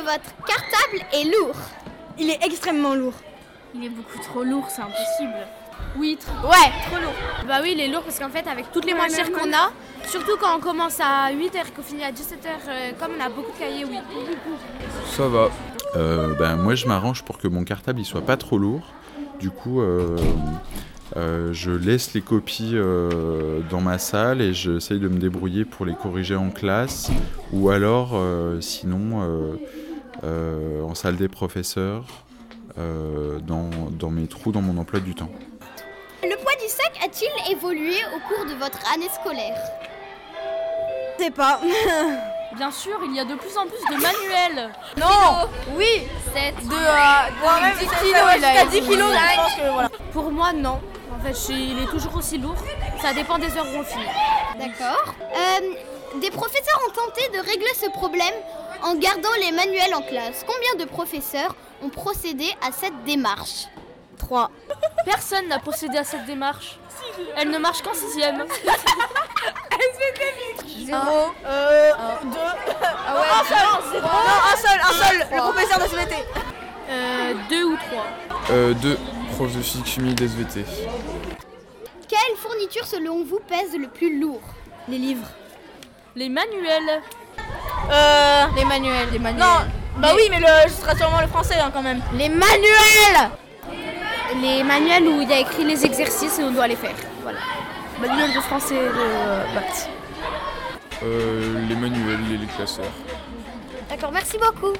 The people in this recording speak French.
votre cartable est lourd. Il est extrêmement lourd. Il est beaucoup trop lourd, c'est impossible. Oui, trop, Ouais, trop lourd. Bah oui, il est lourd parce qu'en fait, avec toutes les matières qu'on a, surtout quand on commence à 8h et qu'on finit à 17h, comme on a beaucoup de cahiers, oui. Ça va. Euh, ben, moi, je m'arrange pour que mon cartable il soit pas trop lourd. Du coup, euh, euh, je laisse les copies euh, dans ma salle et j'essaye de me débrouiller pour les corriger en classe ou alors, euh, sinon, euh, euh, en salle des professeurs, euh, dans, dans mes trous, dans mon emploi du temps. le poids du sac a-t-il évolué au cours de votre année scolaire Je sais pas. Bien sûr, il y a de plus en plus de manuels. Non Oui 7. De euh, même, 10 ça, ça kilos, va il a jusqu'à 10 kilos, donc je pense que voilà. Pour moi, non. En fait, je- il est toujours aussi lourd. Ça dépend des heures où on finit. D'accord. Euh, des professeurs ont tenté de régler ce problème en gardant les manuels en classe. Combien de professeurs ont procédé à cette démarche 3. Personne n'a procédé à cette démarche. Elle ne marche qu'en sixième. 0. Euh. 2. Ah ouais, un seul Non, un seul, un seul Le professeur de SVT Euh, deux ou trois. Euh, 2. Prof de physique chimie d'SVT. Quelle fourniture selon vous pèse le plus lourd Les livres. Les manuels. Euh. Les manuels, les manuels. Non, bah oui, mais le, ce sera sûrement le français hein, quand même. Les manuels Les manuels où il y a écrit les exercices et on doit les faire. Voilà. Manuel de français et de maths. Euh, les manuels et les classeurs. D'accord, merci beaucoup.